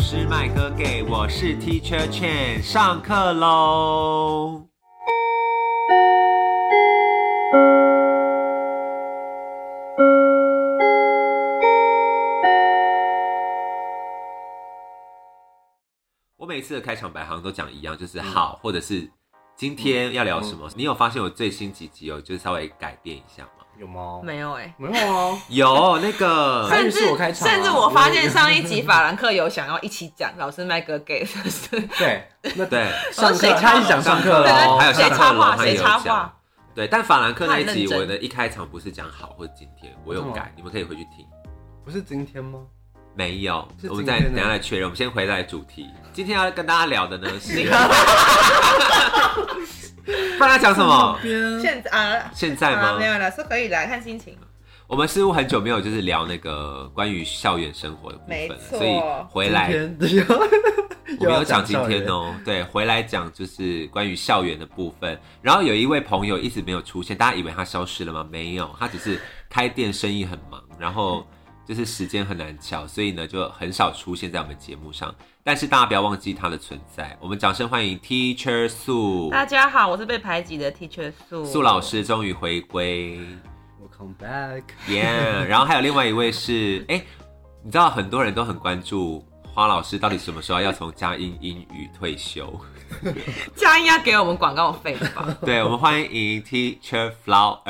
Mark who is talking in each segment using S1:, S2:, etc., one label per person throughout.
S1: 师麦哥给，我是 Teacher Chen，上课喽。我每次的开场白好像都讲一样，就是好，或者是今天要聊什么。你有发现我最新几集有就是稍微改变一下吗？
S2: 有吗？
S3: 没有哎、
S2: 没有啊，
S1: 有哦呃那个
S2: 还
S3: 甚
S2: 是
S3: 至
S2: 我开场啊
S3: 甚至我发现上一集法兰克有想要一起讲老师麦哥给的事，
S2: 对，那
S1: 对，
S2: 上
S3: 谁
S2: 课
S3: 插
S2: 他一讲上课
S3: 对
S2: 喽，
S3: 啊
S1: 还有
S3: 谁
S1: 上
S3: 插
S1: 课
S3: 话
S1: 喽，他也
S3: 谁
S1: 有
S3: 插
S1: 讲
S3: 话。
S1: 对，但法兰克那一集
S3: 他很认真
S1: 我的一开场不是讲好或者今天，我有改，你们可以回去听。
S2: 不是今天吗？
S1: 没有
S2: 是，
S1: 我们再
S2: 今天
S1: 等
S2: 的
S1: 一下来确认。我们先回来主题，今天要跟大家聊的 呢是， 不然要讲什么？
S2: 边
S3: 现在啊，
S1: 现在
S3: 啊
S1: 吗
S3: 没？有老师可以来看心情。
S1: 我们似乎很久没有就是聊那个关于校园生活的部分
S3: 没
S1: 了，
S3: 错
S1: 所以回来
S2: 对
S1: 我们有讲今天哦、对，回来讲就是关于校园的部分。然后有一位朋友一直没有出现，大家以为他消失了吗？没有，他只是开店生意很忙，然后就是时间很难巧，所以呢就很少出现在我们节目上。但是大家不要忘记他的存在，我们掌声欢迎 Teacher 素
S3: 大家好，我是被排挤的 teacher 素
S1: 素老，师终于回归，
S2: ，Welcome back，
S1: 耶、 然后还有另外一位是，哎、你知道很多人都很关注。花老师到底什么时候要从佳音英语退休？
S3: 嘉音要给我们广告费吧？
S1: 对，我们欢迎 Teacher Flower。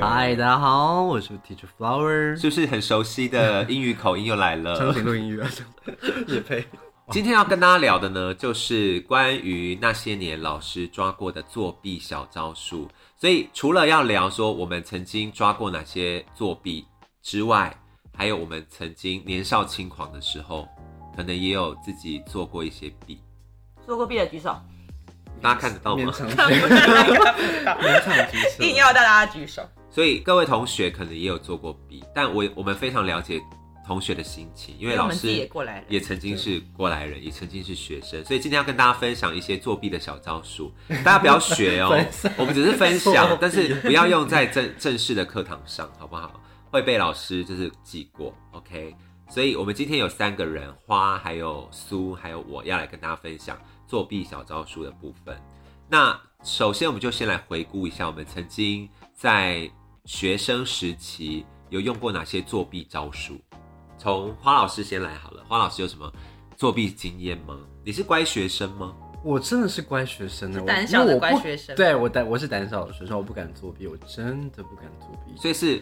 S2: 嗨，大家好，我是 Teacher Flower，
S1: 是不是很熟悉的英语口音又来
S2: 长
S1: 了？
S2: 颈鹿音乐 也配，
S1: 今天要跟大家聊的呢，就是关于那些年老师抓过的作弊小招数。所以除了要聊说我们曾经抓过哪些作弊之外，还有我们曾经年少轻狂的时候，可能也有自己做过一些弊。
S3: 做过弊的举手，
S1: 大家看得到
S2: 勉
S1: 吗？
S2: 强
S3: 不是那个
S2: 勉强举手，
S3: 硬要大家举手。
S1: 所以各位同学可能也有做过弊，但我我们非常了解同学的心情，因为
S3: 我
S1: 老
S3: 们自
S1: 师
S3: 己也过来了，
S1: 也曾经是过来人，也曾经是学生，所以今天要跟大家分享一些作弊的小招数，大家不要学哦
S2: 分享，
S1: 我们只是分
S2: 作
S1: 享
S2: 弊，
S1: 但是不要用在正正式的课堂上，好不好？会被老师就是记过，OK？所以我们今天有三个人，花还有苏还有我要来跟大家分享作弊小招数的部分。那首先我们就先来回顾一下我们曾经在学生时期有用过哪些作弊招数。从花老师先来好了，花老师有什么作弊经验吗？你是乖学生吗？
S2: 我真的是乖学生呢，欸我
S3: 胆小的
S2: 因为我
S3: 乖
S2: 不
S3: 学生
S2: 对我胆我是胆小的学生，我不敢作弊，我真的不敢作弊。
S1: 所以是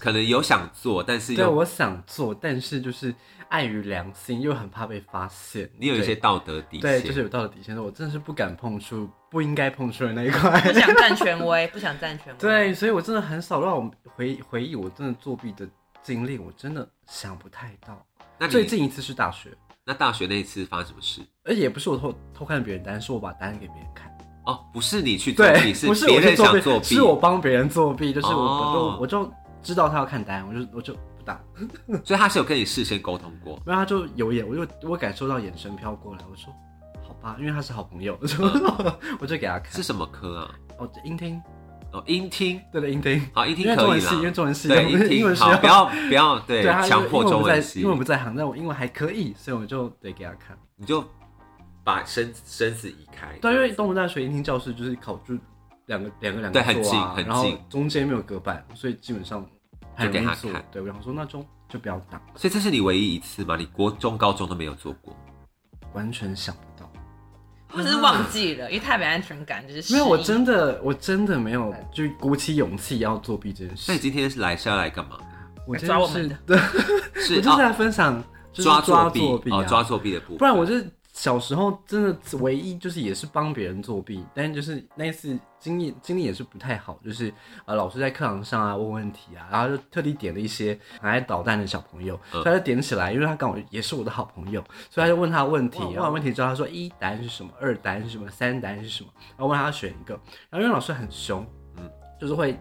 S1: 可能有想做，但是
S2: 对，啊
S1: 又
S2: 我想做，但是就是碍于良心，又很怕被发现。
S1: 你有一些
S2: 对
S1: 道德底
S2: 对，
S1: 线，
S2: 就是有道德底线的，我真的是不敢碰触不应该碰触的那一块。
S3: 不想占权威， 不想占权威。，
S2: 对，所以我真的很少让我回回忆我真的作弊的经历，我真的想不太到。
S1: 那你
S2: 最近一次是大学，
S1: 那大学那一次发生什么事？
S2: 而且也不是我偷偷看别人单，是我把答案给别人看。
S1: 哦，不是你去作
S2: 对
S1: 弊，，
S2: 不
S1: 是
S2: 我
S1: 别
S2: 去
S1: 人
S2: 作
S1: 想
S2: 弊，
S1: 作
S2: 是我帮别人作弊，就是我、
S1: 哦
S2: 我就我就知道他要看答案，我就我就不打。
S1: 所以他是有跟你事先沟通过。
S2: 然后他就有眼，我就我感受到眼神飘过来，我说好吧，因为他是好朋友， 我就我就给他看
S1: 嗯是。什么科啊？
S2: 哦，音听，
S1: 哦，音听，
S2: 对的，音听。
S1: 好，音听
S2: 因为中
S1: 可
S2: 文
S1: 以
S2: 系，因为
S1: 啦。
S2: 中文系，
S1: 对，音
S2: 英
S1: 听
S2: 文系
S1: 好，不要不要对
S2: 对他
S1: 强迫中文
S2: 因
S1: 系
S2: 为，我不在行，但我英文还可以，所以我就得给他看。
S1: 你就把身身子移开。
S2: 对，因为东吴大学音听教室就是考住两个两个两个
S1: 对很
S2: 座啊
S1: 近很
S2: 然后
S1: 近
S2: 中间没有隔板，所以基本上很
S1: 就给
S2: 容
S1: 他
S2: 易做
S1: 看。
S2: 对，然后说那中就不要打，
S1: 所以这是你唯一一次吗？你国中、高中都没有做过？
S2: 完全想不到。
S3: 或者是忘记了，因为太没安全感，就是失忆
S2: 没有，我真的我真的没有，就鼓起勇气要作弊这件
S1: 那
S2: 事
S1: 你。今天是来是要来干嘛？
S2: 我真
S3: 抓我
S2: 的
S3: 们
S2: 是
S3: 的
S2: 对，
S1: 是
S2: 我就是
S1: 啊
S2: 来分享就是
S1: 抓
S2: 抓
S1: 弊
S2: 作弊
S1: 哦
S2: 啊，，
S1: 抓作弊的部分。
S2: 不然我就是小时候真的唯一就是也是帮别人作弊，但就是那一次经历经历也是不太好，就是呃老师在课堂上啊问问题啊，然后就特地点了一些很爱捣蛋的小朋友，所以他就点起来，因为他刚好也是我的好朋友，所以他就问他问题，
S3: 哇哇
S2: 问完问题之后他说一答案是什么，二答案是什么，三答案是什么，然后问他选一个，然后因为老师很凶，
S1: 嗯
S2: 嗯，就是会。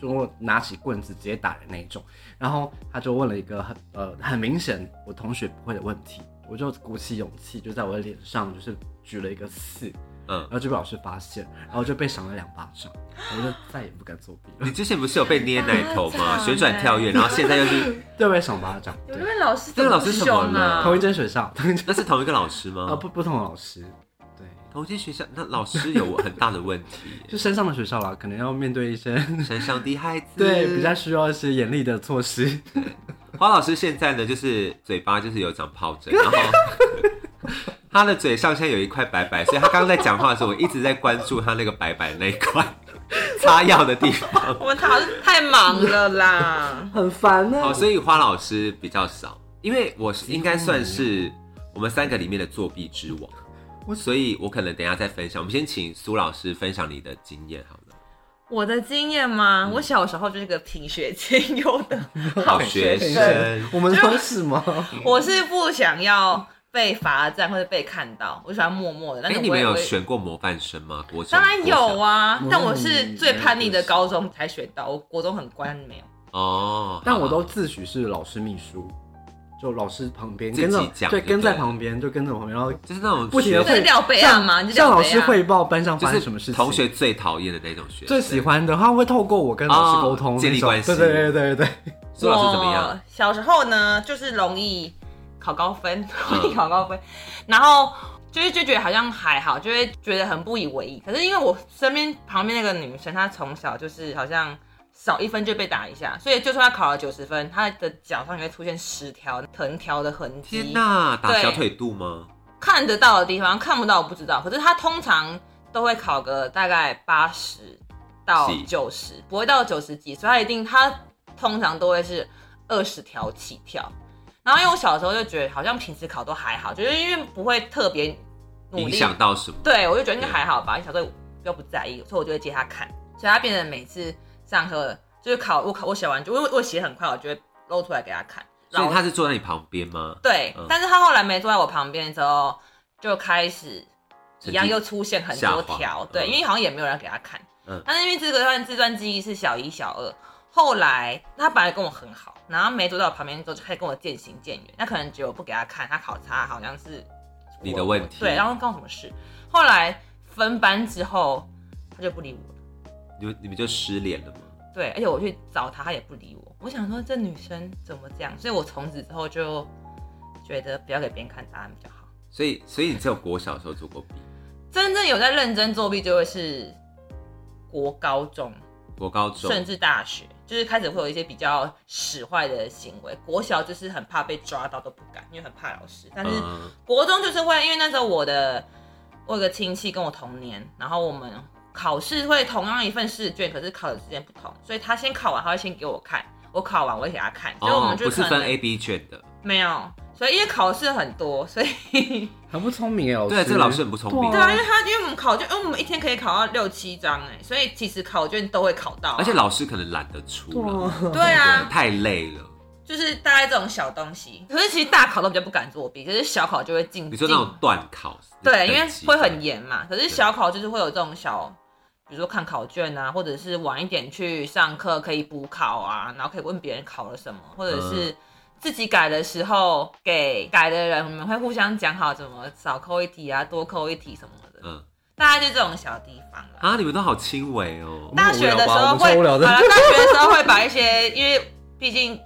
S2: 就拿起棍子直接打人那一种，然后他就问了一个很呃很明显我同学不会的问题，我就鼓起勇气就在我的脸上就是举了一个四，
S1: 嗯
S2: 然，后就被老师发现，然后就被赏了两巴掌，我就再也不敢作弊了，
S1: 你之前不是有被捏奶头
S3: 巴
S1: 吗？
S3: 掌
S1: 旋转跳跃，然后现在又是
S2: 对，被赏巴掌。
S3: 有
S2: 对
S3: 那位老师
S1: 这
S3: 怎
S1: 个
S3: 么
S1: 老师怎么
S3: 凶
S1: 了
S3: 啊？
S2: 同一间学校，同一间
S1: 那是同一个老师
S2: 啊
S1: 吗？
S3: 嗯
S2: 不不同的老师，对，
S1: 同一间学校，那老师有很大的问题 耶。
S2: 就山上的学校啦，可能要面对一些
S1: 山上的孩子，
S2: 对比较需要一些严厉的措施。，
S1: 花老师现在呢，就是嘴巴就是有长疱疹，然后他的嘴上现在有一块白白，所以他刚刚在讲话的时候，我一直在关注他那个白白的那一块擦药的地方。
S3: 我们老师太忙了啦
S2: 很烦呢、
S1: 哦，所以花老师比较少，因为我是应该算是我们三个里面的作弊之王，
S2: 我
S1: 所以我可能等一下再分享。我们先请苏老师分享你的经验好了。
S3: 我的经验吗？
S1: 嗯
S3: 我小时候就是个品学兼优的好学
S1: 学
S3: 生，
S1: 生
S2: 我们都是吗？
S1: 嗯
S3: 我是不想要被罚站或者被看到，我喜欢默默的。但
S1: 哎、
S3: 是
S1: 你
S3: 我
S1: 们
S3: 也
S1: 有
S3: 会
S1: 选过嗯模范生吗？国中
S3: 当然有！啊
S2: 国小，
S3: 但我是最叛逆的高中才学到，我国中很乖，没有。
S1: 国小哦，
S2: 但我
S1: 好
S2: 都自诩是老师秘书，就老师旁边
S1: 自己
S2: 跟着
S1: 讲，
S2: 对，
S1: 就
S2: 跟在
S1: 对
S2: 旁边，就跟着我旁边，然后
S1: 就是那种
S2: 不停的
S1: 学
S3: 会
S2: 汇
S3: 廖北亚嘛
S2: 向
S3: 你就
S2: 向
S3: 廖
S2: 老
S3: 北
S2: 师
S3: 亚
S2: 汇报班上
S1: 就
S2: 发
S1: 是
S2: 生什么事情。
S1: 同学最讨厌的那种学生，
S2: 最喜欢的，他会透过我跟老师沟通
S1: 哦
S2: 那种，
S1: 建立关系
S2: 对对对对对，
S1: 苏老师怎么样
S3: 我？小时候呢，就是容易考高分，
S1: 嗯
S3: 容易考高分，然后就是就觉得好像还好，就会觉得很不以为意。可是因为我身边旁边那个女生，她从小就是好像。少一分就被打一下，所以就算她考了九十分，她的脚上也会出现十条藤条的痕迹。
S1: 天哪，打
S3: 对
S1: 小腿肚吗？
S3: 看得到的地方，看不到我不知道。可是他通常都会考个大概八十到
S1: 几
S3: 九十，不会到九十几，所以他一定他通常都会是二十条起跳。然后因为我小时候就觉得好像平时考都还好，就是因为不会特别努
S1: 影
S3: 力，
S1: 响到什么？
S3: 对我就觉得应该还好吧。因为小时候又不在意，所以我就会借他看，所以他变成每次上课就是考我考我写完就因为我写很快，我就会露出来给他看。
S1: 所
S3: 老
S1: 以他是坐在你旁边吗？
S3: 对，
S1: 嗯
S3: 但是他后来没坐在我旁边之后，就开始一样又出现很多
S1: 成绩下
S3: 条
S1: 滑，
S3: 对，
S1: 嗯
S3: 因为好像也没有人给他看。
S1: 嗯
S3: 但是因为这个段自传记忆是小一、小二，后来他本来跟我很好，然后没坐在我旁边之后就开始跟我渐行渐远。那可能觉得我不给他看，他考差好像是我
S1: 你的问题
S3: 对，然后干我什么事？后来分班之后，他就不理我了。
S1: 你们你们就失联了吗？
S3: 对，而且我去找她，她也不理我。我想说这女生怎么这样，所以我从此之后就觉得不要给别人看答案比较好。
S1: 所以所以你只有国小的时候做过弊，
S3: 真正有在认真作弊，就会是国高中
S1: 国高中
S3: 甚至大学，就是开始会有一些比较使坏的行为。国小就是很怕被抓到，都不敢，因为很怕老师。但是
S1: 嗯
S3: 国中就是会，因为那时候我的我有个亲戚跟我同年，然后我们考试会同样一份试卷，可是考的时间不同，所以他先考完，他会先给我看，我考完我会给他看，所以我
S1: 哦
S3: 们，就
S1: 不
S3: 可
S1: 是
S3: 能、
S1: 分 A B 卷的，
S3: 没有，所以因为考试很多，所以
S2: 很不聪明哎，老师。
S1: 对啊，这个老师很不聪明
S3: 对，啊，因为他因为我们考卷，因为我们一天可以考到六七张哎，所以其实考卷都会考到啊、
S1: 而且老师可能懒得出了，
S2: 哇，
S3: 对啊，
S1: 太累了。
S3: 就是大概这种小东西。可是其实大考都比较不敢作弊，可是小考就会进。
S1: 你说那种断考，
S3: 对，因为
S1: 等级
S3: 会很严嘛。可是小考就是会有这种小，比如说看考卷啊，或者是晚一点去上课可以补考啊，然后可以问别人考了什么，或者
S2: 嗯
S3: 是自己改的时候给改的人，我们会互相讲好怎么少扣一题啊，多扣一题什么的，
S1: 嗯
S3: 大概就这种小地方啦。
S1: 啊，你们都好轻微哦。
S3: 大学的时候
S2: 我们很
S3: 会，
S2: 无聊吧我们超无聊的
S3: 好了，大学的时候会把一些，因为毕竟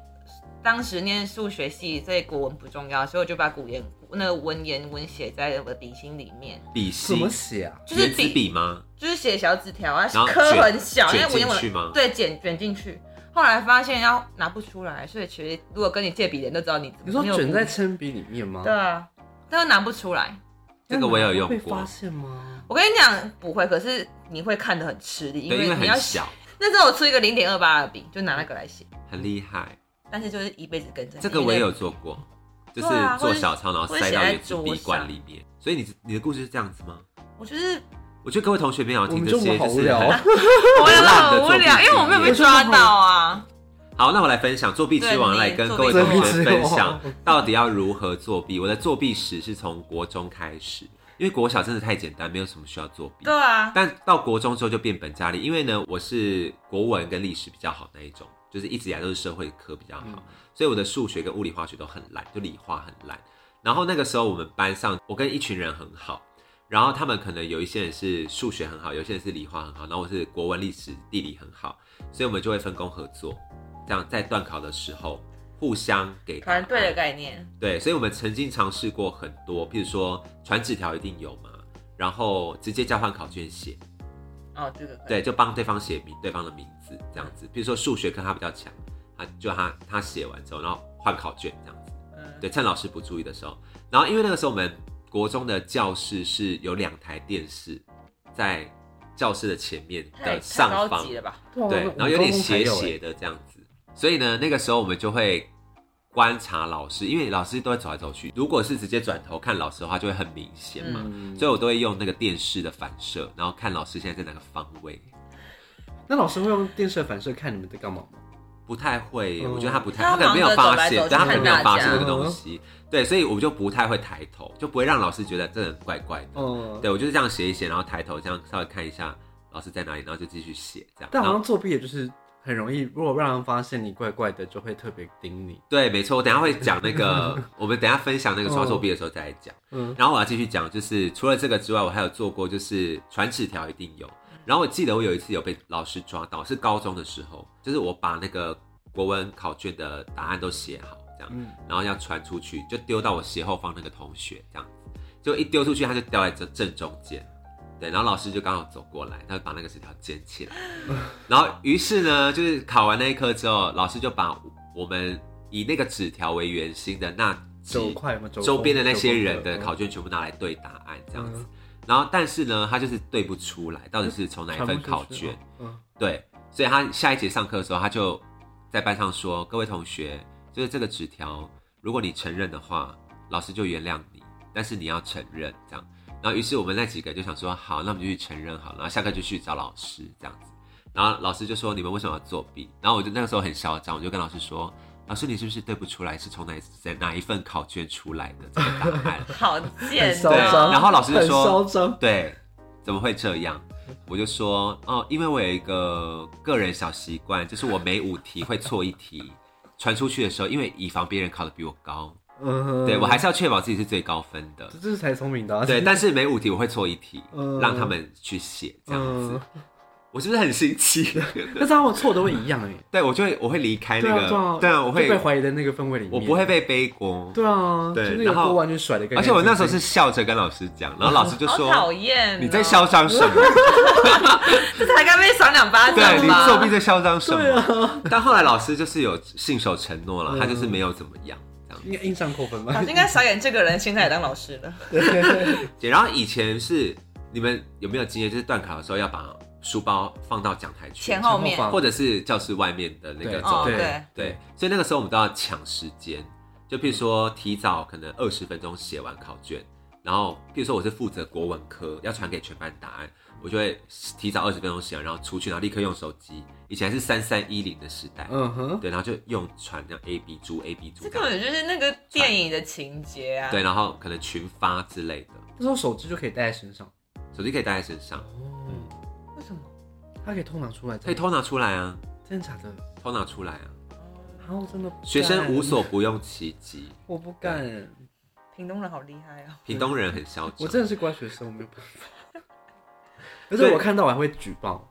S3: 当时念数学系，所以国文不重要，所以我就把古言那个文言文写在我的笔芯里面，
S1: 笔
S2: 怎
S1: 芯
S2: 么写啊？
S3: 就是
S1: 原子
S3: 笔
S1: 笔吗？
S3: 就是写小纸条啊
S1: 然后，
S3: 颗
S1: 卷
S3: 很小，因为
S1: 卷
S3: 文言
S1: 进去
S3: 文
S1: 吗？
S3: 对卷卷进去。后来发现要拿不出来，所以其实如果跟你借笔的人都知道你
S2: 你说
S3: 没有
S2: 卷
S3: 顾
S2: 在铅笔里面吗？
S3: 对啊，但是拿不出来。
S1: 这个我有用
S2: 会
S1: 过
S2: 发，现吗？
S3: 我跟你讲不会，可是你会看得很吃力，因
S1: 对，因为
S3: 你要
S1: 很小，
S3: 那时候我出一个零点二八的笔，就拿那个来写。
S1: 很厉害。
S3: 但是就是一辈子跟着。
S1: 这个我也有做过，就
S3: 对
S1: 是
S3: 啊
S1: 做小抄，然后
S3: 或者
S1: 塞到
S3: 写在
S1: 圆珠笔
S3: 桌
S1: 管
S3: 上
S1: 里面。所以你你的故事是这样子吗？
S3: 我就是
S1: 我觉得各位同学们要
S2: 我
S1: 听
S2: 们
S1: 这
S2: 就
S1: 些，
S2: 好
S1: 就
S2: 无
S1: 是
S2: 聊
S1: 很
S2: 啊。
S3: 我也
S1: 烂的
S3: 很
S1: 作弊
S3: 无聊，因为我没有被抓到啊。
S1: 好，那我来分享作弊之王，
S3: 对
S1: 来
S3: 你
S1: 跟各
S3: 作
S1: 位
S3: 弊
S1: 同
S3: 之
S1: 学分
S2: 王
S1: 享 到底要如何作弊。我的作弊史是从国中开始，因为国小真的太简单，没有什么需要作弊
S3: 对。啊，
S1: 但到国中之后就变本加厉，因为呢，我是国文跟历史比较好那一种，就是一直以来都是社会科比较好，
S3: 嗯
S1: 所以我的数学跟物理化学都很烂，就理化很烂。然后那个时候我们班上，我跟一群人很好，然后他们可能有一些人是数学很好，有些人是理化很好，然后我是国文、历史、地理很好，所以我们就会分工合作，这样在断考的时候互相给答
S3: 团
S1: 案。
S3: 队的概念，
S1: 对，所以我们曾经尝试过很多，譬如说传纸条一定有嘛，然后直接交换考卷写，
S3: 哦，这个可以
S1: 对，就帮对方写名对方的名字这样子。譬如说数学课他比较强，他就他他写完之后，然后换考卷这样子。
S3: 嗯
S1: 对，趁老师不注意的时候。然后因为那个时候我们国中的教室是有两台电视在教室的前面
S3: 太
S1: 的
S3: 太
S1: 上
S3: 高
S1: 方
S3: 级，了吧？
S2: 啊
S1: 对，
S2: 哦
S1: 然后有点斜斜
S2: 写，
S1: 的这样子。所以呢，那个时候我们就会观察老师，因为老师都会走来走去。如果是直接转头看老师的话，就会很明显嘛。
S2: 嗯，
S1: 所以我都会用那个电视的反射，然后看老师现在在哪个方位。
S2: 那老师会用电视的反射看你们在干嘛吗？
S1: 不太会，
S2: 嗯
S1: 我觉得他不太，
S3: 他
S1: 他可能没有发现，
S3: 忙着走来走去
S1: 对他可能没有发现
S2: 看
S1: 这个
S2: 大家
S1: 东西，对，所以我就不太会抬头，就不会让老师觉得这人怪怪的。
S2: 嗯，
S1: 对我就是这样写一写，然后抬头这样稍微看一下老师在哪里，然后就继续写这样。
S2: 但好
S1: 然
S2: 像
S1: 后
S2: 作弊也就是很容易，如果让人发现你怪怪的，就会特别盯你。
S1: 对，没错，我等一下会讲那 个，我们等一下分享那个刷作弊的时候再来讲。
S2: 嗯，
S1: 然后我要继续讲，就是除了这个之外，我还有做过，就是传纸条一定有。然后我记得我有一次有被老师抓到，是高中的时候，就是我把那个国文考卷的答案都写好，这样，
S2: 嗯
S1: 然后要传出去，就丢到我斜后方那个同学这样子，就一丢出去，他就掉在正正中间。对，然后老师就刚好走过来，他就把那个纸条捡起来，然后于是呢，就是考完那一科之后，老师就把我们以那个纸条为圆心的那几
S2: 九块吗？
S1: 周边的那些人的考
S2: 卷
S1: 卷全部拿来对答案这样子
S2: 嗯。
S1: 然后，但是呢，他就是对不出来，到底是从哪一份考卷？，
S2: 嗯，
S1: 对，所以他下一节上课的时候，他就在班上说：“各位同学，就是这个纸条，如果你承认的话，老师就原谅你，但是你要承认这样。”然后，于是我们那几个就想说：“好，那我们就去承认好了。”然后下课就去找老师这样子。然后老师就说：“你们为什么要作弊？”然后我就那个时候很嚣张，我就跟老师说：“老师，你是不是对不出来是从哪哪哪一份考卷出来的这个答案？”
S3: 好贱
S2: 很
S3: 哦
S2: 嚣
S1: 对，
S2: 张
S1: 然后老师就
S2: 很
S1: 说：“
S2: 嚣张，
S1: 对，怎么会这样？我就说哦，因为我有一个个人小习惯，就是我每五题会错一题，传出去的时候，因为以防别人考得比我高，
S2: 嗯，
S1: 对我还是要确保自己是最高分的
S2: 这。这是才聪明的啊，
S1: 对，但是每五题我会错一题
S2: 嗯，
S1: 让他们去写这样子
S2: 嗯。
S1: 我是不是很新 奇？
S2: 但是他们错的会一样哎，
S1: 对，我就会我会离开
S2: 对
S1: 那
S2: 啊，
S1: 个， 对
S2: 对
S1: 啊，
S2: 啊，
S1: 我
S2: 就被
S1: 会
S2: 怀疑的那个氛围里面，
S1: 我不会，被背锅。
S2: 对啊，
S1: 对
S2: 就那个
S1: 然后
S2: 锅完全甩的，
S1: 而且我那时候是笑着跟老师讲，然后老师就
S3: 好讨
S1: 说
S3: 厌、哦！
S1: 你在嚣张什么？
S3: 这才该被赏两 巴掌吧？
S1: 对你作弊在嚣张什
S2: 对
S1: 么？
S2: 啊，
S1: 但后来老师就是有信守承诺了，
S2: 嗯
S1: 他就是没有怎么样这样
S2: 应该印象扣分吧
S3: 老？师应该傻眼，这个人现在也当老师了。
S1: 子。然后以前是你们有没有经验，就是断考的时候要把书包放到讲台去
S3: 前，后面
S2: 前后方
S1: 或者是教室外面的那个
S2: 对
S1: 走
S3: 哦，
S1: 廊。
S3: 对，
S1: 对，所以那个时候我们都要抢时间，就譬如说提早可能二十分钟写完考卷，然后譬如说我是负责国文科，要传给全班答案，我就会提早二十分钟写完，然后出去，然后立刻用手机。以前是三三一零的时代，
S2: 嗯哼，
S1: 对，然后就用传那 A B 猪 A B 猪
S3: 这
S1: 样，
S3: 根本就是那个电影的情节啊。
S1: 对，然后可能群发之类的，
S2: 那时候手机就可以带在身上，
S1: 手机可以带在身上，
S2: 哦，
S3: 为什么？
S2: 它可以偷拿出来，
S1: 嗯可以，偷拿出来啊，
S2: 真的假的？
S1: 偷拿出来啊，
S2: 然后真的不敢
S1: 学生无，所不用其极。
S2: 我不敢，
S3: 屏东人好厉害哦。
S1: 屏东人很嚣张，
S2: 我真的是乖学生，我没有办法。而且我看到我还会举报，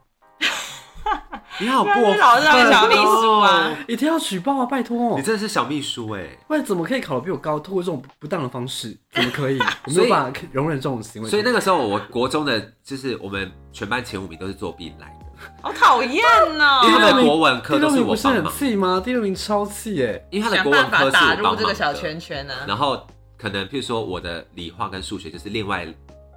S1: 你好过
S3: 原来
S1: 分
S3: 是老师当小秘书
S1: 哦
S3: 啊！
S2: 一定要举报啊！拜托
S1: 你，真的是小秘书哎、
S2: 不然怎么可以考得比我高？透过这种不当的方式，怎么可以？我没
S1: 所以
S2: 有办法容忍这种行为。
S1: 所以那个时候，我国中的就是我们全班前五名都是作弊来的，
S3: 好讨厌哦！
S1: 因为他们
S2: 第六
S1: 的
S2: 名
S1: 国文
S2: 第
S1: 科都
S2: 六
S1: 是
S2: 名不
S1: 我
S2: 是
S1: 帮
S2: 很
S1: 忙，
S2: 气吗？第六名超气哎！
S1: 因为他的
S3: 想
S1: 国文
S3: 办法
S1: 科是
S3: 打
S1: 我
S3: 入
S1: 帮
S3: 这个
S1: 忙
S3: 小
S1: 的。
S3: 圈圈呢、啊。
S1: 然后可能譬如说我的理化跟数学就是另外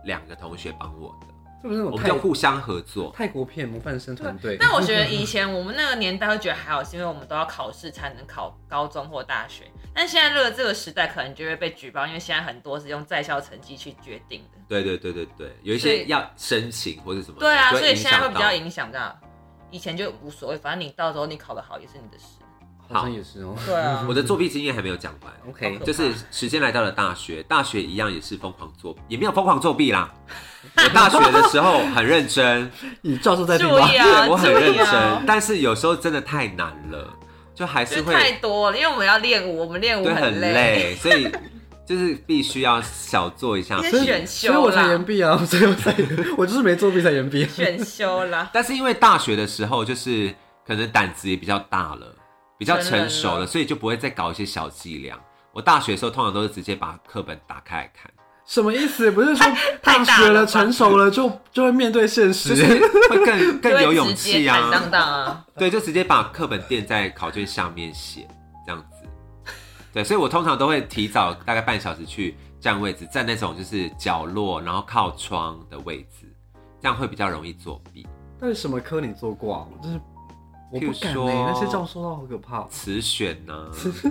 S1: 两个同学帮我的，
S2: 是不是那
S3: 哦
S1: 我
S2: 种
S1: 们
S2: 泰
S1: 就互相合作。
S2: 泰国片模范生团队？
S3: 但我觉得以前我们那个年代会觉得还好，是因为我们都要考试才能考高中或大学。但现在这个这个时代，可能就会被举报，因为现在很多是用在校成绩去决定的。
S1: 对对对对对，有一
S3: 所
S1: 些
S3: 以
S1: 要申请或者什么的，
S3: 对啊，
S1: 就
S3: 所以
S1: 影
S3: 现在
S1: 响
S3: 会比较
S1: 到
S3: 影响到，以前就无所谓，反正你到时候你考得好也是你的事。
S2: 好像也是哦。
S3: 对啊
S1: 嗯我的作弊经验还没有讲完
S2: OK
S1: 就是时间来到了大学，大学一样也是疯狂作弊，也没有疯狂作弊啦。我大学的时候很认真，
S2: 你教授在
S3: 注
S2: 听吗
S3: 意？啊，
S1: 我很
S3: 注
S1: 认
S3: 意
S1: 真，
S3: 啊，
S1: 但是有时候真的太难了，就还
S3: 就是是
S1: 会
S3: 太多了，因为我们要练舞，我们练舞
S1: 对
S3: 很
S1: 很，累，所以就是必须要小做一下
S3: 因为。
S2: 所以
S3: 选修
S2: 所以我才
S3: 啦
S2: 延毕啊，所以我才我就是没作弊才延毕、啊。
S3: 选修啦，
S1: 但是因为大学的时候，就是可能胆子也比较大了，比较成熟
S3: 成人
S1: 了，
S3: 了
S1: 所以就不会再搞一些小伎俩。我大学的时候通常都是直接把课本打开来 看，
S2: 什么意思？不是说
S3: 太
S2: 大
S3: 大
S2: 学
S3: 了
S2: 了、
S3: 吧
S2: 成熟了就就会面对现实？
S1: 就是会 更
S3: 就
S1: 更
S3: 会
S1: 有勇
S3: 直接
S1: 气
S3: 坦荡
S1: 啊。
S3: 荡啊，
S1: 对，就直接把课本垫在考卷下面写这样子。对，所以我通常都会提早大概半小时去占位置，占那种就是角落，然后靠窗的位置，这样会比较容易作弊。
S2: 但是什么科你做过啊？我就是我
S1: 譬如
S2: 不敢
S1: 说
S2: 欸那些教授都好可怕哦。
S1: 词选呢、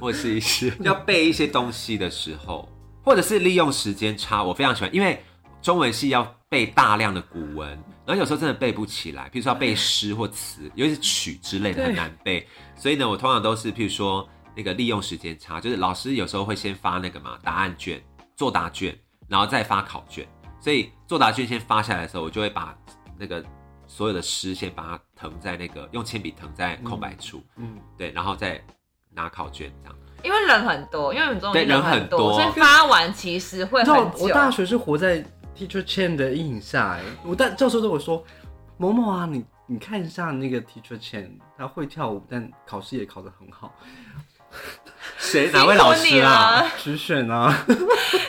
S1: 或是一些要背一些东西的时候，或者是利用时间差，我非常喜欢，因为中文系要背大量的古文，然后有时候真的背不起来，譬如说要背诗或词，尤其是曲之类的
S2: 对
S1: 很难背，所以呢，我通常都是譬如说那个利用时间差，就是老师有时候会先发那个嘛答案卷、作答卷，然后再发考卷，所以作答卷先发下来的时候，我就会把那个。所有的诗先把它腾在那个用铅笔腾在空白处，
S2: 嗯，
S1: 对，然后再拿考卷这样。
S3: 因为人很多，因为我们这种
S1: 对人很
S3: 很
S1: 多
S3: 所以发完其实会
S2: 你知
S3: 很
S2: 道我
S3: 久。
S2: 我大学是活在 teacher Chen 的阴影下哎、我但教授对我说：“某某啊，你你看一下那个 teacher Chen，他会跳舞，但考试也考得很好。
S1: 谁
S3: 辛苦
S1: 哪位老师
S3: 你
S1: 啊？
S3: 了，
S2: 只选啊，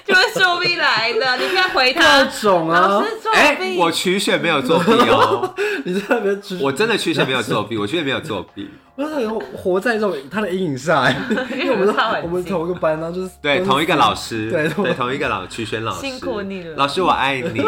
S3: 就是作弊来的，你快回
S2: 各
S3: 他。
S2: 种啊
S3: 老，师作
S1: 哎、
S3: 弊，
S1: 我取选没有作弊哦，
S2: 你在那边只
S1: 我真的取选没有作弊，我取选没有作弊。
S2: 我真的活在这种他的阴影 下哎、因为我们都
S3: 因为我们靠很
S2: 我们
S3: 近
S2: 同一个班，然后就是
S1: 对，同一个老师，
S2: 对同
S1: 对，同一个老取选老师，
S3: 辛苦你了
S1: 老师我爱 你。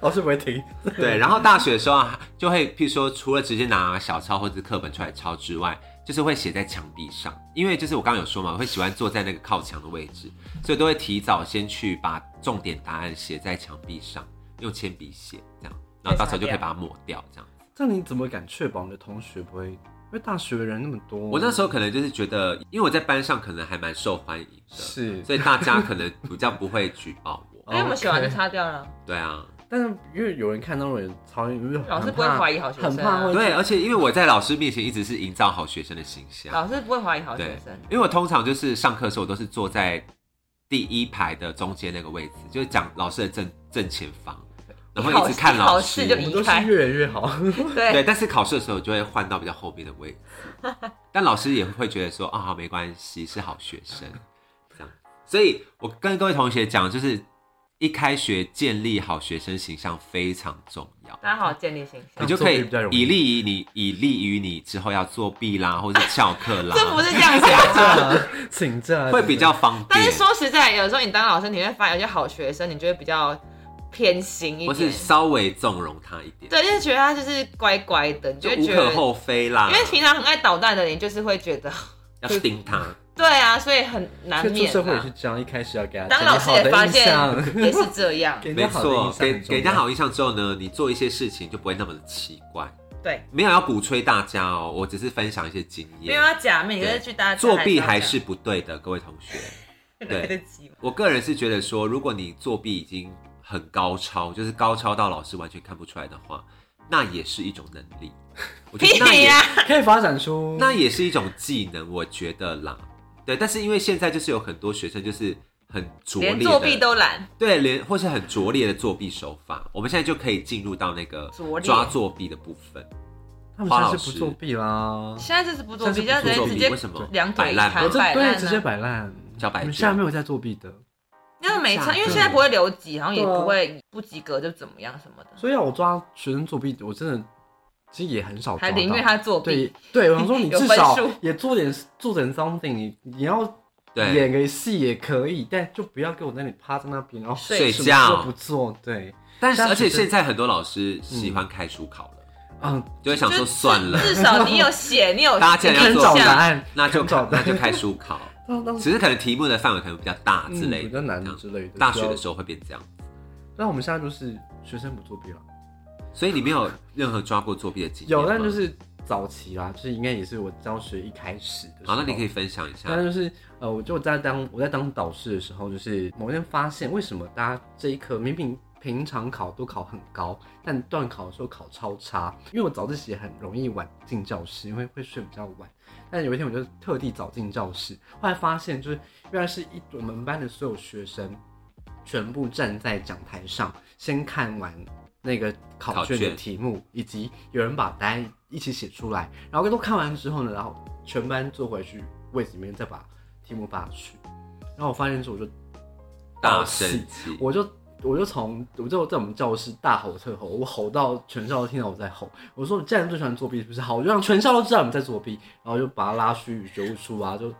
S2: 老师不会停。
S1: 对，然后大学的时候啊，就会譬如说，除了直接拿小抄或者是课本出来抄之外，就是会写在墙壁上，因为就是我刚刚有说嘛，我会喜欢坐在那个靠墙的位置，所以都会提早先去把重点答案写在墙壁上，用铅笔写这样，然后到时候就可以把它抹掉这样。
S2: 这样你怎么敢确保你的同学不会？因为大学的人那么多，
S1: 我那时
S2: 候
S1: 候可能就是觉得，因为我在班上可能还蛮受欢迎的，
S2: 是
S1: 所以大家可能比较不会举报 我。
S3: 因为我们写完就
S2: OK
S3: 擦掉了。
S1: 对啊，
S2: 但是因为有人看到我有超因为
S3: 老师
S2: 很
S3: 不会
S2: 怕
S3: 怀疑好学生啊
S2: 很怕会
S1: 对，而且因为我在老师面前一直是营造好学生的形象，
S3: 老师不会怀疑好学
S1: 对
S3: 生，，
S1: 因为我通常就是上课的时候，我都是坐在第一排的中间那个位置，就是讲老师的正正前方，然后一直看老师
S3: 考试就
S2: 我
S3: 赢
S2: 们都是越来越好。
S1: 对，
S3: 对，
S1: 但是考试的时候我就会换到比较后面的位置， 但老师也会觉得说啊、好没关系，是好学生这样。所以我跟各位同学讲，就是一开学建立好学生形象非常重要，
S3: 大家好建立形象
S1: 你。就可以
S2: 作弊比较容易
S1: 以利于你，以利于你之后要作弊啦，或者是翘课啦，
S3: 这不是这样讲的。
S2: 请 假
S1: 会比较方便。
S3: 但是说实在，有时候你当老师，你会发现有些好学生，你就会比较偏心一
S1: 或是
S3: 点，
S1: 稍微纵容他一点，
S3: 对，就是觉得他就是乖乖的，你
S1: 就
S3: 就会
S1: 无
S3: 觉得
S1: 可，厚非啊啦。
S3: 因为平常很爱捣蛋的人，你就是会觉得，
S1: 要盯他，
S3: 对啊，所以很难
S2: 去出
S3: 免
S2: 社会也
S3: 啊
S2: 是。这样，一开始要给他
S3: 当
S2: 建立
S3: 老师
S2: 好
S3: 也
S2: 的
S3: 发
S2: 印
S3: 现
S2: 象
S3: 也是这样，
S2: 给人
S1: 没
S2: 家好的
S1: 错，
S2: 印象
S1: 给
S2: 很重
S1: 给人家好印象之后呢，你做一些事情就不会那么的奇怪。
S3: 对，
S1: 没有要鼓吹大家哦，我只是分享一些经
S3: 没
S1: 验
S3: 有。要假面，你
S1: 对
S3: 就是去大家
S1: 作弊还是不对的，各位同学。
S3: 来得及吗？
S1: 我个人是觉得说，如果你作弊已经很高超，就是高超到老师完全看不出来的话，那也是一种能 力。我觉
S3: 屁
S1: 得那也、
S3: 呀！
S2: 要，可以发展出
S1: 那也是一种技能，我觉得啦。对，但是因为现在就是有很多学生就是很拙劣
S3: 连
S1: 的，
S3: 作弊都懒，
S1: 对，连或是很拙劣的作弊手法，我们现在就可以进入到那个
S3: 拙劣
S1: 抓作弊的部分。
S2: 他们
S1: 花
S2: 现
S1: 老
S2: 在是不
S1: 师
S2: 作弊啦，
S3: 现在就是不作弊，现
S2: 现在
S3: 在
S2: 是不
S1: 作
S3: 直
S1: 弊
S3: 接
S1: 为什么
S3: 两腿
S1: 摆
S3: 一
S1: 烂
S3: 摊
S1: 吗
S2: 我这
S3: 摆烂
S2: 对
S3: 啊
S2: 直接摆烂，
S1: 叫摆
S2: 你们
S1: 烂
S2: 现在没有在作弊的，
S3: 那没
S1: 假
S3: 差，因为
S1: 的
S3: 现在不会留级，好像也
S2: 对啊
S3: 不会不及格就怎么样什么的，
S2: 所以要我抓学生作弊，我真的其实也很少抓
S3: 还
S2: 到。
S3: 宁愿他作弊
S2: 对。对，我想说你
S3: 有
S2: 至
S3: 分
S2: 少
S3: 数
S2: 也做点做点 something，你你要
S1: 对
S2: 演个戏也可以，但就不要给我那里趴在那边，然后
S3: 睡
S2: 什么
S1: 觉
S2: 都不做。对，
S1: 但是
S2: 但是
S1: 而且现在很多老师喜欢开书考了，
S2: 嗯，
S1: 就会想
S3: 就
S1: 说
S3: 至
S1: 算了，
S3: 至少你有写，你有
S1: 大家既然要
S2: 很
S1: 做
S2: 找
S1: 作弊
S2: 答案，
S1: 那就
S2: 很找答
S1: 那
S2: 案，
S1: 就开书考，
S2: 当当
S1: 只是可能题目的范围可能比较大之类
S2: 嗯
S1: 的，
S2: 比较难
S1: 这样
S2: 之类的。
S1: 大学的
S2: 候，
S1: 时候会变这样，
S2: 那我们现在就是学生不作弊了，
S1: 所以你没有任何抓过作弊的经验吗。
S2: 有，但就是早期啦，就是应该也是我教学一开始的时
S1: 好，
S2: 候。
S1: 那你可以分享一
S2: 那
S1: 下。
S2: 就是呃，我就在当我在当导师的时候，就是某天发现为什么大家这一科明明平常考都考很高，但段考的时候考超差。因为我早自习很容易晚进教室，因为会睡比较晚。但有一天我就特地早进教室，后来发现就是原来是一我们班的所有学生全部站在讲台上，先看完那个考
S1: 考
S2: 卷的
S1: 卷
S2: 题目，以及有人把答案一起写出来，然后都看完之后呢，然后全班坐回去位置里面再把题目扒去。然后我发现之后我就
S1: 大
S2: 爆气
S1: 生气，
S2: 我就我就从我就在我们教室大吼特吼，我吼到全校都听到我在吼。我说：“你既然最喜欢作弊，是不是？好，我就让全校都知道你在作弊。”然后就把他拉去学务处啊，就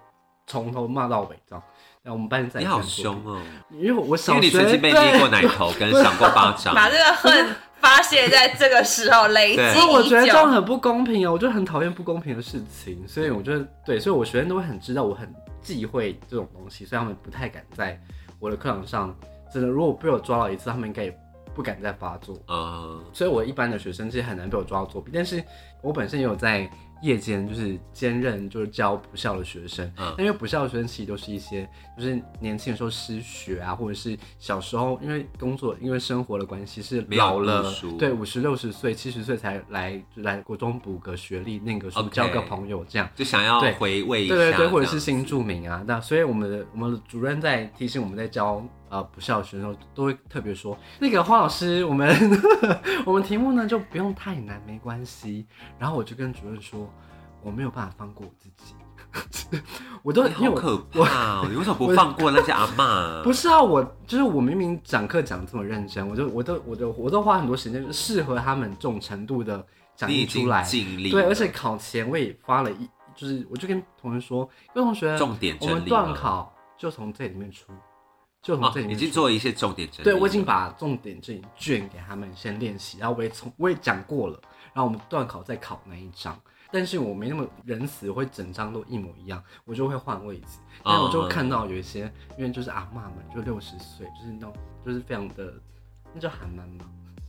S2: 从头骂到尾这样。然后我们班再
S1: 你
S2: 也
S1: 好
S2: 不敢作弊
S1: 凶，哦，
S2: 因为我小
S1: 因
S2: 学
S1: 为你曾经被捏过奶头跟赏过巴掌，
S3: 把这个恨发泄在这个时候累积
S1: 对
S2: 所以我觉得
S3: 已
S2: 这
S3: 久
S2: 样很不公平啊！我就很讨厌不公平的事情，所以我觉得对，所以我学生都会很知道我很忌讳这种东西，所以他们不太敢在我的课堂上真的，如果被我抓到一次，他们应该也不敢再发作。
S1: 嗯，
S2: 所以我一般的学生其实很难被我抓到作弊，但是我本身也有在夜间就是兼任就是教不校的学生，
S1: 嗯
S2: 但因为不校的学生其实都是一些就是年轻的时候失学啊，或者是小时候因为工作因为生活的关系是
S1: 没有
S2: 老了
S1: 读书，
S2: 对五十六十岁七十岁才来就来国中补个学历念个书
S1: OK
S2: 交个朋友这样。
S1: 就想要
S2: 对
S1: 回味一下，
S2: 对对对，或者
S1: 这
S2: 是
S1: 样
S2: 新住民啊，那所以我们的我们的主任在提醒我们在教呃不孝的学生的时候，都会特别说，那个花老师，我们 我们题目呢就不用太难，没关系。然后我就跟主任说，我没有办法放过我自己， 我都
S1: 你哎
S2: 因为
S1: 好
S2: 我
S1: 可怕哦！你为什么不放过那些阿嬷？
S2: 不是啊，我就是我明明讲课讲这么认真，我就我都我都我都花很多时间就是适合他们这种程度的讲
S1: 你
S2: 义
S1: 已经
S2: 出来，
S1: 尽力了，
S2: 对，而且考前我也发了一，就是我就跟同学说，跟同学
S1: 重点
S2: 我
S1: 整理
S2: 们段考就从这里面出，就从
S1: 哦
S2: 这里面出、
S1: 已经做一些重点整理，
S2: 对，我已经把重点这一卷给他们先练习，然后我也从我也讲过了，然后我们段考再考那一章，但是我没那么仁慈，我会整张都一模一样，我就会换位置，但哎
S1: 嗯
S2: 我
S1: 哦
S2: 就看到有一些，因为就是阿嬷们就六十岁，就是那种就是非常的，那叫韩漫嘛，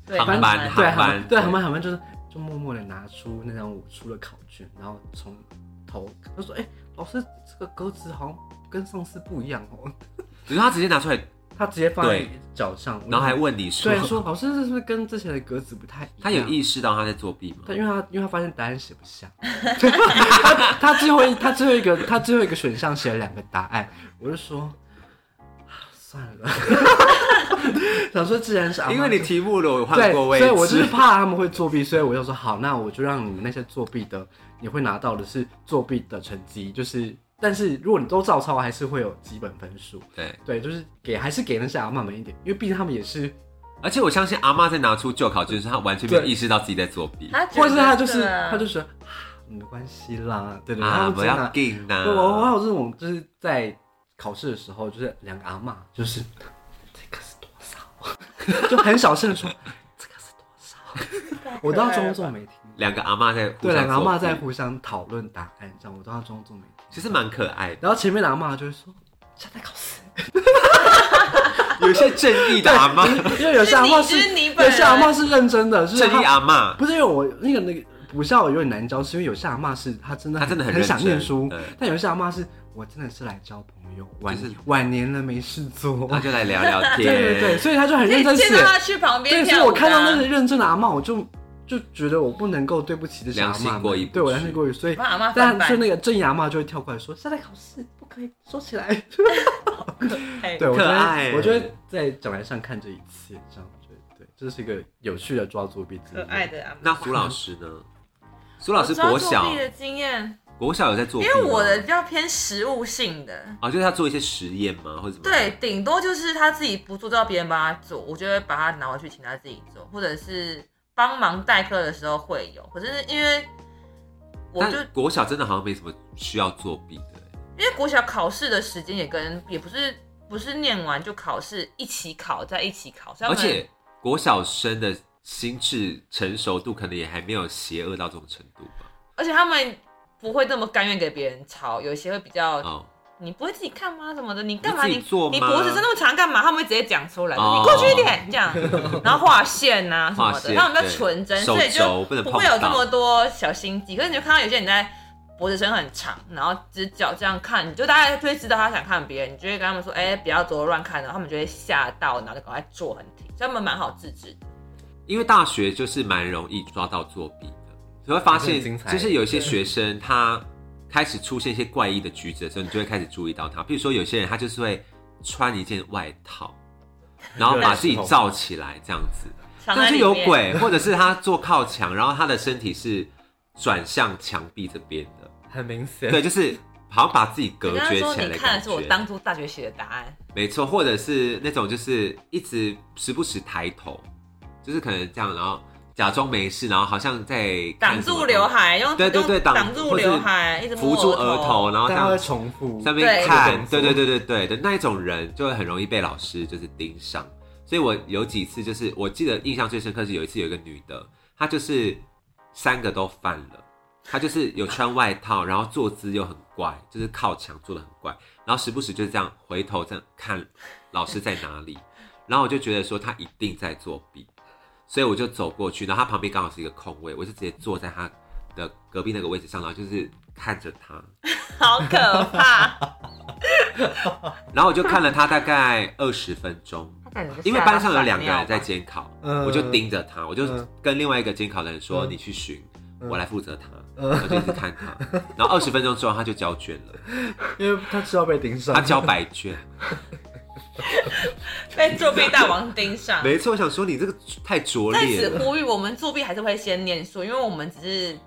S3: 对
S1: 航
S3: 反
S1: 班
S3: 正
S2: 对，
S1: 航
S2: 他
S1: 班
S2: 们对
S1: 对
S2: 他们他们就是就默默的拿出那张我出的考卷，然后从头他说：“哎、老师，这个格子好像跟上次不一样哦。
S1: 只是他直接拿出来，”
S2: 他直接放在
S1: 对
S2: 脚上，我就
S1: 然后还问你说
S2: 对，说老师这是不是跟之前的格子不太一样？
S1: 他有，意识到他在作弊吗？
S2: 但因为他因为他发现答案写不下， 他他最后一他最后一个他最后一个选项写了两个答案，我就说啊算了， 想说既然是阿嬷
S1: 因为你
S2: 就
S1: 题目了，我有换
S2: 对，
S1: 过位置，
S2: 所以我就是怕他们会作弊，所以我就说好，那我就让你们那些作弊的，你会拿到的是作弊的成绩，就是，但是如果你都照抄，还是会有基本分数。
S1: 对，
S2: 对，就是给还是给那些阿嬷们一点，因为毕竟他们也是，
S1: 而且我相信阿嬷在拿出旧考卷的时候，她完全没有
S2: 对
S1: 意识到自己在作弊
S3: 他觉得
S2: 或者是他就是
S3: 对啊
S2: 他就是啊，没关系啦，对对，
S1: 啊！
S2: 他
S1: 不
S2: 们真
S1: 要
S2: 的，
S1: 劲呐！
S2: 对我我有这种就是在考试的时候，就是两个阿嬷就是这个是多少，就很小声的说这个是多少，我到中中没听过。
S1: 两个阿嬷在互相
S2: 对，两个阿
S1: 作
S2: 嬷
S1: 弊
S2: 在互相讨论答案，这样我都要装作没听。
S1: 其实蛮可爱的，
S2: 然后前面的阿嬷就会说：“现在考试。
S1: 有一些正义的阿嬷，”
S2: 因为有些阿嬷
S3: 是你是你本
S2: 有
S3: 人
S2: 些阿嬷是认真的，就 是啊
S1: 正义
S2: 她
S1: 阿嬷，
S2: 不是因为我那个那个补校有点难教，是因为有些阿嬷是她真的
S1: 她真的很
S2: 很想
S1: 认真
S2: 念书
S1: 对，
S2: 但有些阿嬷是我真的是来交朋友，晚
S1: 就是
S2: 晚年了没事做。
S1: 那就来聊聊天。
S2: 啊 对对对，所以她就很
S3: 自己
S2: 认真写
S3: 啊见。到他去旁边
S2: 对，所以
S3: 跳舞
S2: 我
S3: 的啊
S2: 看到那个认真的阿嬷，我就就觉得我不能够对不起这些阿
S1: 良心
S2: 嬷
S1: 过意
S2: 们，
S1: 不
S2: 对我
S1: 去
S2: 良心过意，所以
S3: 把阿嬷翻
S2: 但
S3: 版
S2: 是那个正牙嘛就会跳过来说：“现在考试不可以说起来。
S3: 嘿”
S2: 对，我觉
S1: 可爱
S2: 得我觉得在讲台上看这一切，这样我觉得对，这是一个有趣的抓作弊之
S3: 可
S2: 路。
S3: 爱的阿嬷
S1: 那苏老师呢？苏老师
S3: 我抓
S1: 国
S3: 作
S1: 小
S3: 弊的经验，
S1: 国小有在作
S3: 因
S1: 弊吗，
S3: 为我的比较偏实物性的，
S1: 啊，就是他做一些实验吗，或者怎么？
S3: 对，，顶多就是他自己不做到，别人帮他做，我就会把他拿回去请他自己做，或者是帮忙代课的时候会有。可是因为我就
S1: 但国小真的好像没什么需要作弊的，欸
S3: 因为国小考试的时间也跟也不是不是念完就考试，一起考在一起考，所以他
S1: 而
S3: 们
S1: 且国小生的心智成熟度可能也还没有邪恶到这种程度吧。
S3: 而且他们不会那么甘愿给别人抄，有一些会比较、
S1: 哦，
S3: 你不会自己看吗？什么的，你干嘛
S1: 你自
S3: 你
S1: 己做
S3: 你
S1: 吗
S3: 脖子伸那么长干嘛？他们会直接讲出来，
S1: 哦
S3: 你过去一点这样，然后画 线呐、什么
S1: 画
S3: 的，
S1: 线
S3: 他们比较纯真，
S1: 对
S3: 所以
S1: 手肘
S3: 就
S1: 不能
S3: 不
S1: 碰
S3: 会有这么多小心机。可是你就看到有些人在脖子伸很长，然后只脚这样看，你就大概就会知道他想看别人，你就会跟他们说，哎、不要左右乱看，然后他们就会吓到，然后就赶快坐很挺，所以他们蛮好制止的。
S1: 因为大学就是蛮容易抓到作弊的，你会发
S2: 这
S1: 现
S2: 很精，彩
S1: 就是有一些学生他开始出现一些怪异的举止的时候，你就会开始注意到他。比如说有些人他就是会穿一件外 套，然后把自己罩起来这样子，
S3: 藏在
S1: 但是
S3: 里
S1: 有
S3: 面，
S1: 鬼，或者是他坐靠墙，然后他的身体是转向墙壁这边的，
S2: 很明显。
S1: 对，就是好像把自己隔
S3: 你跟他
S1: 绝
S3: 说
S1: 起来
S3: 你
S1: 的
S3: 看
S1: 感
S3: 的是我
S1: 觉。
S3: 当初大学写的答案，
S1: 没错，或者是那种就是一直时不时抬头，就是可能这样，然后假装没事，然后好像在看
S3: 挡
S1: 什么
S3: 住刘海，用
S1: 对对对
S3: 用
S1: 挡
S3: 挡住
S1: 或是
S3: 刘海，一直摸
S1: 东西，扶住额头，然后这
S2: 但他会
S1: 样
S2: 重复，
S1: 在那边看，
S2: 嗯对
S1: 对对对对对的那一种人，就会很容易被老师就是盯上。所以我有几次就是我记得印象最深刻是有一次有一个女的，她就是三个都犯了，她就是有穿外套，然后坐姿又很怪，就是靠墙坐的很怪，然后时不时就这样回头这样看老师在哪里，然后我就觉得说她一定在作弊，所以我就走过去，然后她旁边刚好是一个空位，我就直接坐在她的隔壁那个位置上，然后就是看着她。
S3: 好可怕！
S1: 然后我就看了他大概二十分 钟，
S3: 他感觉
S1: 因为班上有两个人在
S3: 接，
S1: 监考，
S2: 嗯
S1: 我就盯着他，我就
S2: 嗯
S1: 跟另外一个监考的人说：“
S2: 嗯
S1: 你去巡，
S2: 嗯
S1: 我来负责他。”我就一直看他， 然后二十分钟之后他就交卷了，
S2: 嗯因为他知道被盯上，
S1: 他交白卷。
S3: 被作弊大王盯
S2: 嗯
S3: 上。
S1: 没错，我想说你这个太拙
S3: 在
S1: 劣
S3: 此
S1: 了。
S3: 呼吁，我们作弊还是会先念书，因为我们只是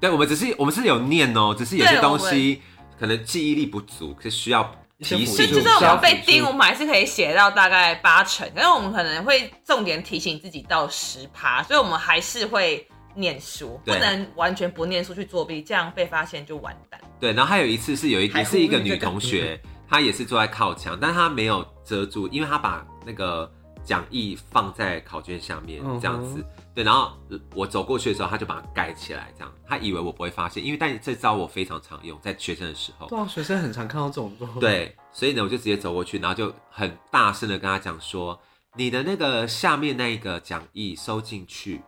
S1: 对，我们只是我们是有念哦，只是有些
S3: 对
S1: 东西可能记忆力不足，是需要提
S2: 一些
S3: 就
S1: 醒
S2: 辅
S1: 一
S2: 助
S3: 就
S1: 下。
S3: 算我们被
S2: 辅
S3: 盯，
S2: 助
S3: 我们还是可以写到大概八成，但是我们可能会重点提醒自己到十趴，所以我们还是会念书，不
S1: 对
S3: 能完全不念书去作弊，这样被发现就完蛋。
S1: 对，然后还有一次是有一
S2: 还
S1: 也
S2: 呼
S1: 是
S2: 吁
S1: 一个女同学，她也是坐在靠墙，但她没有遮住，因为她把那个讲义放在考卷下面
S2: 嗯哼
S1: 这样子。对，然后呃我走过去的时候，她就把它盖起来，这样，她以为我不会发现，因为但这招我非常常用，在学生的时候。
S2: 对啊，学生很常看到这种状况，
S1: 对，所以呢，我就直接走过去，然后就很大声的跟她讲说：“你的那个下面那一个讲义收进去，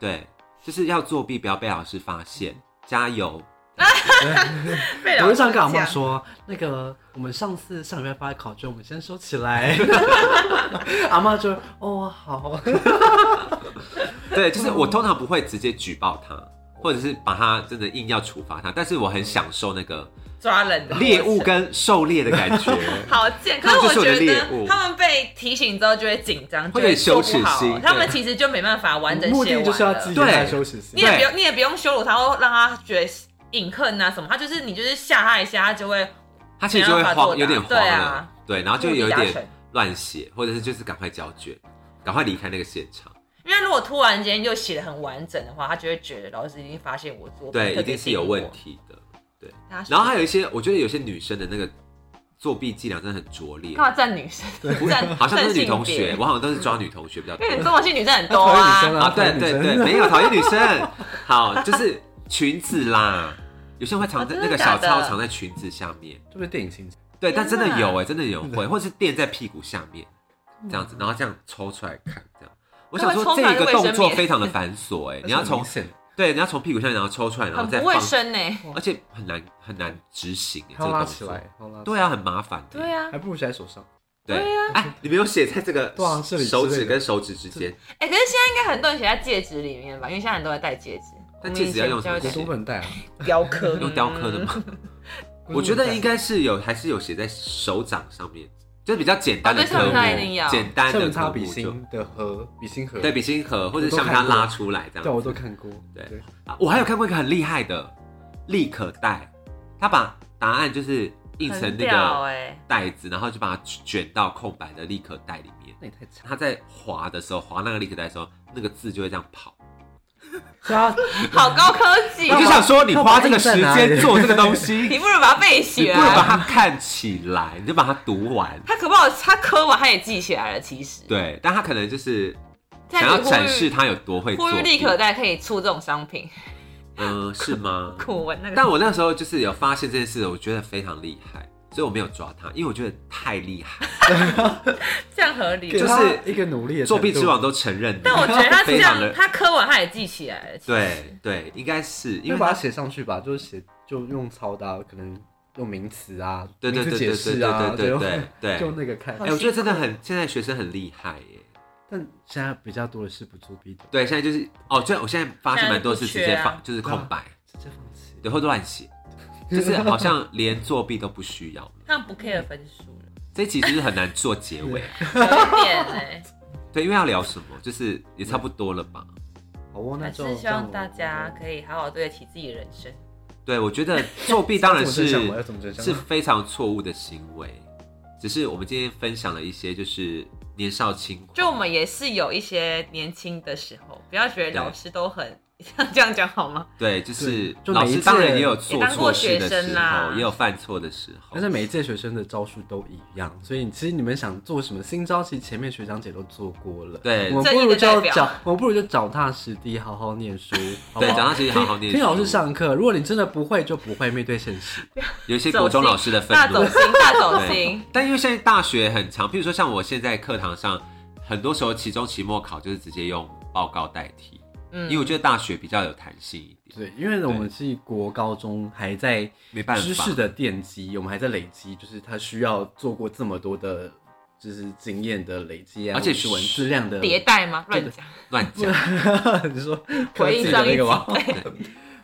S1: 对，就是要作弊，不要被老师发现，加油。”
S3: 被
S2: 我就想跟阿妈说，那个我们上次上礼拜发的考卷，我们先收起来。 阿妈就哦好，
S1: 对，就是
S3: 嗯
S1: 我通常不会直接举报他，或者是把他真的硬要处罚他，但是我很享受那个
S3: 抓人 的
S1: 猎物
S3: 过程
S1: 跟狩猎的感 觉，
S3: 好贱，可
S1: 他们
S3: 我
S1: 就是我的
S3: 觉
S1: 猎
S3: 得
S1: 物
S3: 他们被提醒之后就会紧张，
S1: 会
S3: 就
S1: 有
S3: 做
S1: 羞耻
S3: 不好
S1: 心
S3: 他们
S1: 对
S3: 其实就没办法完整
S2: 目
S3: 写
S2: 的
S3: 完
S2: 就是要
S3: 了
S2: 积极
S1: 对
S2: 他休息时
S3: 你
S2: 间。
S3: 也
S1: 对
S3: 不用，你也不用羞辱他，或让他觉得隐恨啊什么，他就是你就是吓他一下，他就会
S1: 他其实就会
S3: 没办法作
S1: 慌，
S3: 答
S1: 有点慌
S3: 对
S1: 了
S3: 啊，
S1: 对，然后就
S3: 目的
S1: 有一
S3: 达成
S1: 点乱写，或者是就是赶快交卷，赶快离开那个现场，
S3: 因为如果突然间就写的很完整的话，他就会觉得老师已经发现我做
S1: 对，一定是有问。题的。
S3: 特别是我
S1: 然后还有一些，我觉得有些女生的那个作弊伎俩真的很拙劣
S3: 干，嘛站女生？ 站
S1: 好像都是
S3: 站性
S1: 女同
S3: 别
S1: 学，我好像都是抓女同学比较多
S3: 因为。中国系女 生很多
S2: 讨厌女
S3: 啊
S2: 生，
S1: 啊，
S2: 啊，
S1: 对
S2: 讨厌
S1: 对
S2: 女
S1: 对，
S2: 生
S1: 没有讨厌女生。 好，就是裙子啦，有些人会藏在
S3: 哦真
S1: 那个
S3: 的
S1: 小
S3: 假
S1: 抄
S3: 的
S1: 藏在裙子下面。
S2: 这不是电影情节，
S1: 对，
S3: 天
S1: 但真的
S3: 哪
S1: 有哎，真的有会，或者是垫在屁股下面这样子，然后这样抽出来看这样。我想说
S3: 会不
S1: 这一个
S3: 会抽出来是卫
S1: 动
S3: 生
S1: 作
S3: 棉
S1: 非常的繁琐 哎，你要从
S2: 明显
S1: 对你要从屁股下面然后抽出来，啊然后
S3: 很
S1: 再
S3: 不
S1: 放
S3: 卫，生呢、
S1: 而且很难很难执行哎，这
S2: 他
S1: 个
S2: 拉
S1: 动
S2: 起
S1: 作。
S2: 来，他拉起
S1: 对啊，很麻烦。
S3: 对啊
S2: 来，，还不如写在手上。
S1: 对
S3: 对啊
S1: 哎，你没有写在这个
S2: 对啊这里之
S1: 手
S2: 类
S1: 指
S2: 的
S1: 跟手指之间，
S3: 哎、可是现在应该很多人写在戒指里面吧，因为现在很多人戴戒指。
S1: 但戒指要用什么
S3: 我们以
S2: 我
S3: 前
S1: 写
S3: 就
S2: 都不能带啊，
S3: 会雕刻， 嗯
S1: 用雕刻的 吗？我觉得应该是有，还是有写在手掌上面，就是比较简单的
S3: 哦对
S1: 科
S3: 橡皮擦一定
S1: 目，
S3: 要
S1: 简单
S2: 橡
S1: 的
S2: 皮擦
S1: 科
S2: 笔
S1: 目就
S2: 芯的盒，笔芯盒，
S1: 对笔芯盒或者
S2: 我都
S1: 橡皮擦
S2: 看过
S1: 拉出来这
S2: 对，
S1: 样
S2: 我
S1: 子
S2: 都看过。
S1: 对啊我还有看过一个很厉害的立可带，他把答案就是印成
S3: 很
S1: 那
S3: 屌
S1: 个
S3: 哎、
S1: 袋子，然后就把它卷到空白的立可带里面。
S2: 那也太长，
S1: 他在划的时候，划那个立可带的时候，那个字就会这样跑。
S2: 他
S3: 好高科技
S1: 我
S3: 哦、
S1: 就想说，你
S2: 那我把
S1: 花
S2: 它
S1: 这个
S2: 印在啊
S1: 时
S2: 哪
S1: 间
S2: 里
S1: 做这个东
S3: 你
S1: 西，
S3: 不如把它背
S1: 你
S3: 起
S1: 不如把
S3: 来。
S1: 它看起来，你就把它读完。
S3: 他可不好，他磕完他也记起来了。其实，
S1: 对，但他可能就是
S3: 在
S1: 想
S3: 你
S1: 要
S3: 呼吁
S1: 展示他有多会做
S3: 呼吁立可带可以出这种商品，
S1: 嗯、是 吗？
S3: 酷文那个。
S1: 但我那时候就是有发现这件事，我觉得非常厉害，所以我没有抓他，因为我觉得太厉 害。
S3: 这样 合理。
S2: 给
S1: 就是
S2: 他一个努力的
S1: 作弊
S2: 程
S1: 之
S2: 度
S1: 王都承认的，
S3: 但我觉得他 这
S1: 非常
S3: 样，
S1: 的
S3: 他磕完他也记起来了。其实，
S1: 对对，应该是因
S2: 就
S1: 为
S2: 把它
S1: 他
S2: 写上去吧，就是写就用抄的啊、可能用名词啊，
S1: 对对
S2: 名
S1: 对对
S2: 词解
S1: 对
S2: 释啊，
S1: 对对
S2: 就
S1: 对对
S2: 就那个看
S1: 哎、。我觉得真的很，现在学生很厉害耶。
S2: 但现在比较多的是不作弊的，
S1: 对，现在就是哦，就我现在发现蛮多是直
S3: 啊
S1: 接放，就是空白，
S2: 直接放弃。
S1: 然后乱写，就是好像连作弊都不需要。
S3: 他们不 care 分数了，
S1: 这其实是很难做结尾，
S3: 有一 点哎、
S1: 对，因为要聊什么，就是也差不
S2: 嗯
S1: 多了吧。
S2: 好哦，那
S3: 还
S2: 就是
S3: 希望大
S2: 这样
S3: 家
S2: 我
S3: 可以好好对得起自己的人生。
S1: 对，我觉得作 弊当然是
S2: 要怎么真相我要怎么真相
S1: 是非常错误的行为，只是我们今天分享了一些就是年少轻狂，
S3: 就我们也是有一些年轻的时候，不要觉得老师都很这样讲好吗？
S1: 对，就是
S2: 对就
S1: 老
S2: 每一
S1: 师
S2: 次
S1: 当然也有做
S3: 也当
S1: 错
S3: 过
S1: 事
S3: 学
S1: 的
S3: 生
S1: 时
S3: 啦
S1: 候，也有犯错的时候，
S2: 但是每一届学生的招数都一样，所以其实你们想做什么新招，其实前面学长姐都做过了。
S1: 对
S2: 我们
S3: 正义
S2: 不如
S3: 的代
S2: 就
S3: 表
S2: 脚， 我们不如就脚踏实地，好好念书。好不
S1: 对，
S2: 好
S1: 讲到其实好好念
S2: 听老师
S1: 书，
S2: 上课，如果你真的不会，就不会面对现实。
S1: 有一些国中老师的愤
S3: 大
S1: 怒
S3: 走。心，大走
S1: 对
S3: 心。，
S1: 但因为现在大学很长，譬如说像我现在课堂上，很多时候期中、期末考就是直接用报告代替，因为我
S3: 嗯，
S1: 觉得大学比较有弹性一点，
S2: 对，因为我们是国高中还在
S1: 没办法，
S2: 知识的奠基，我们还在累积，就是他需要做过这么多的，就是经验的累积啊，
S1: 而且
S2: 或是文字量的
S3: 迭。代吗？乱讲，
S1: 乱讲。
S2: 你说科
S3: 回
S2: 技
S3: 应
S2: 的
S3: 上
S2: 那
S3: 一
S2: 个吗？
S3: 集。 对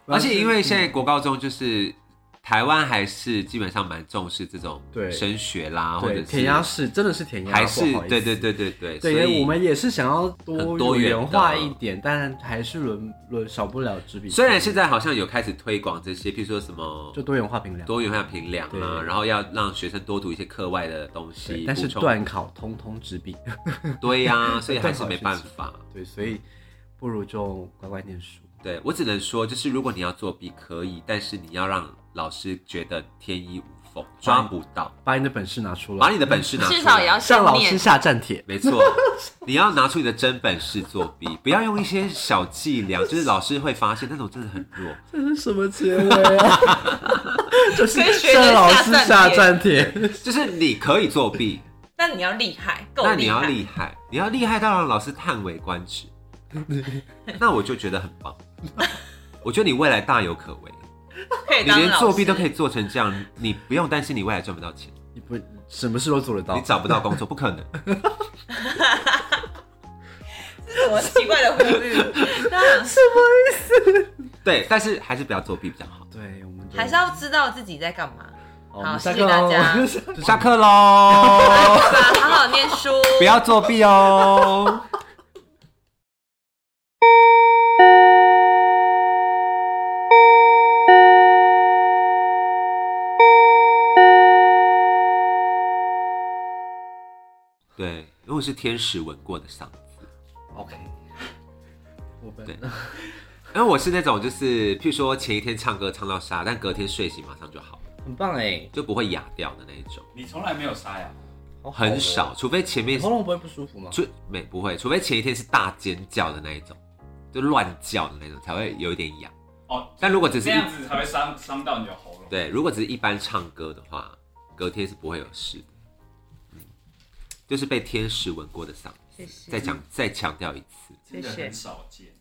S1: 而且因
S2: 嗯
S1: 为现在国高中就是台湾还是基本上蛮重视这种
S2: 对
S1: 升学啦，或
S2: 对
S1: 者
S2: 填鸭
S1: 是
S2: 式真的是填鸭，
S1: 还是
S2: 不好意思
S1: 对对对对对，所
S2: 对，因为
S1: 以
S2: 我们也是想要
S1: 很
S2: 多
S1: 多元的
S2: 化一点，但还是轮轮少不了纸笔字。
S1: 虽然现在好像有开始推广这些，譬如说什么
S2: 就多元化评量，
S1: 多元化评量啊，
S2: 对
S1: 然后要让学生多读一些课外的东
S2: 对
S1: 西，
S2: 但是
S1: 补充
S2: 断考通通纸笔，
S1: 对呀、 所以还是没办
S2: 断
S1: 法。
S2: 对，所以不如就乖乖念书。
S1: 对我只能说，就是如果你要作弊可以，但是你要让老师觉得天衣无
S2: 哎
S1: 缝，抓不到，
S2: 把你的本事拿出来，
S1: 把你的本事拿出来，
S3: 至少也要
S2: 向
S3: 先
S2: 老师
S3: 念。
S2: 下战帖。
S1: 没 错，你要拿出你的真本事作弊，不要用一些小伎 俩，就是老师会发现那种真的很弱。
S2: 这是 什么结尾啊？ 就是
S3: 跟学生
S2: 向老师下
S3: 下
S2: 战帖。
S1: 就是你可以作弊，
S3: 那你要厉害，够
S1: 那你
S3: 厉
S1: 要
S3: 害。
S1: 厉害，你要厉害到让老师叹为观 止，那我就觉得很棒。我觉得你未来大有可为，
S3: 可以
S1: 你
S3: 哎当
S1: 连
S3: 老师
S1: 作弊都可以做成这样，你不用担心你未来赚不到钱，
S2: 你不什么事都做
S3: 哦
S2: 得
S1: 你
S2: 到，
S1: 找不到工作，不可能。
S3: 什么奇怪的呼吁？那
S1: 对，但是还是不要作弊比较 好。
S2: 对，我们就
S3: 还是要知道自己在干嘛。
S2: 好我们
S3: 好
S2: 下
S3: 谢
S2: 课哦
S3: 谢大
S2: 喽
S3: 家
S1: 就下课喽，
S3: 对吧？好好念书，
S1: 不要作弊哦。对，因为我是天使闻过的嗓子，
S2: OK，我们
S1: 对因为我是那种就是，譬如说前一天唱歌唱到沙，但隔天睡醒马上就好了，
S2: 很棒哎，
S1: 就不会哑掉的那一种，
S4: 你从来没有沙哑，
S2: 好好哦
S1: 很少，，除非前面
S2: 喉咙不会不舒服吗？
S1: 除没不会，除非前一天是大尖叫的那一种，就乱叫的那种，才会有一点痒。
S4: 哦，
S1: 但如果只是
S4: 这
S1: 一
S4: 样子才会伤伤到你的喉咙。
S1: 对，如果只是一般唱歌的话，隔天是不会有事的。嗯，就是被天使闻过的嗓子。
S3: 谢谢
S1: 再讲再强调一次，
S4: 真的很少见。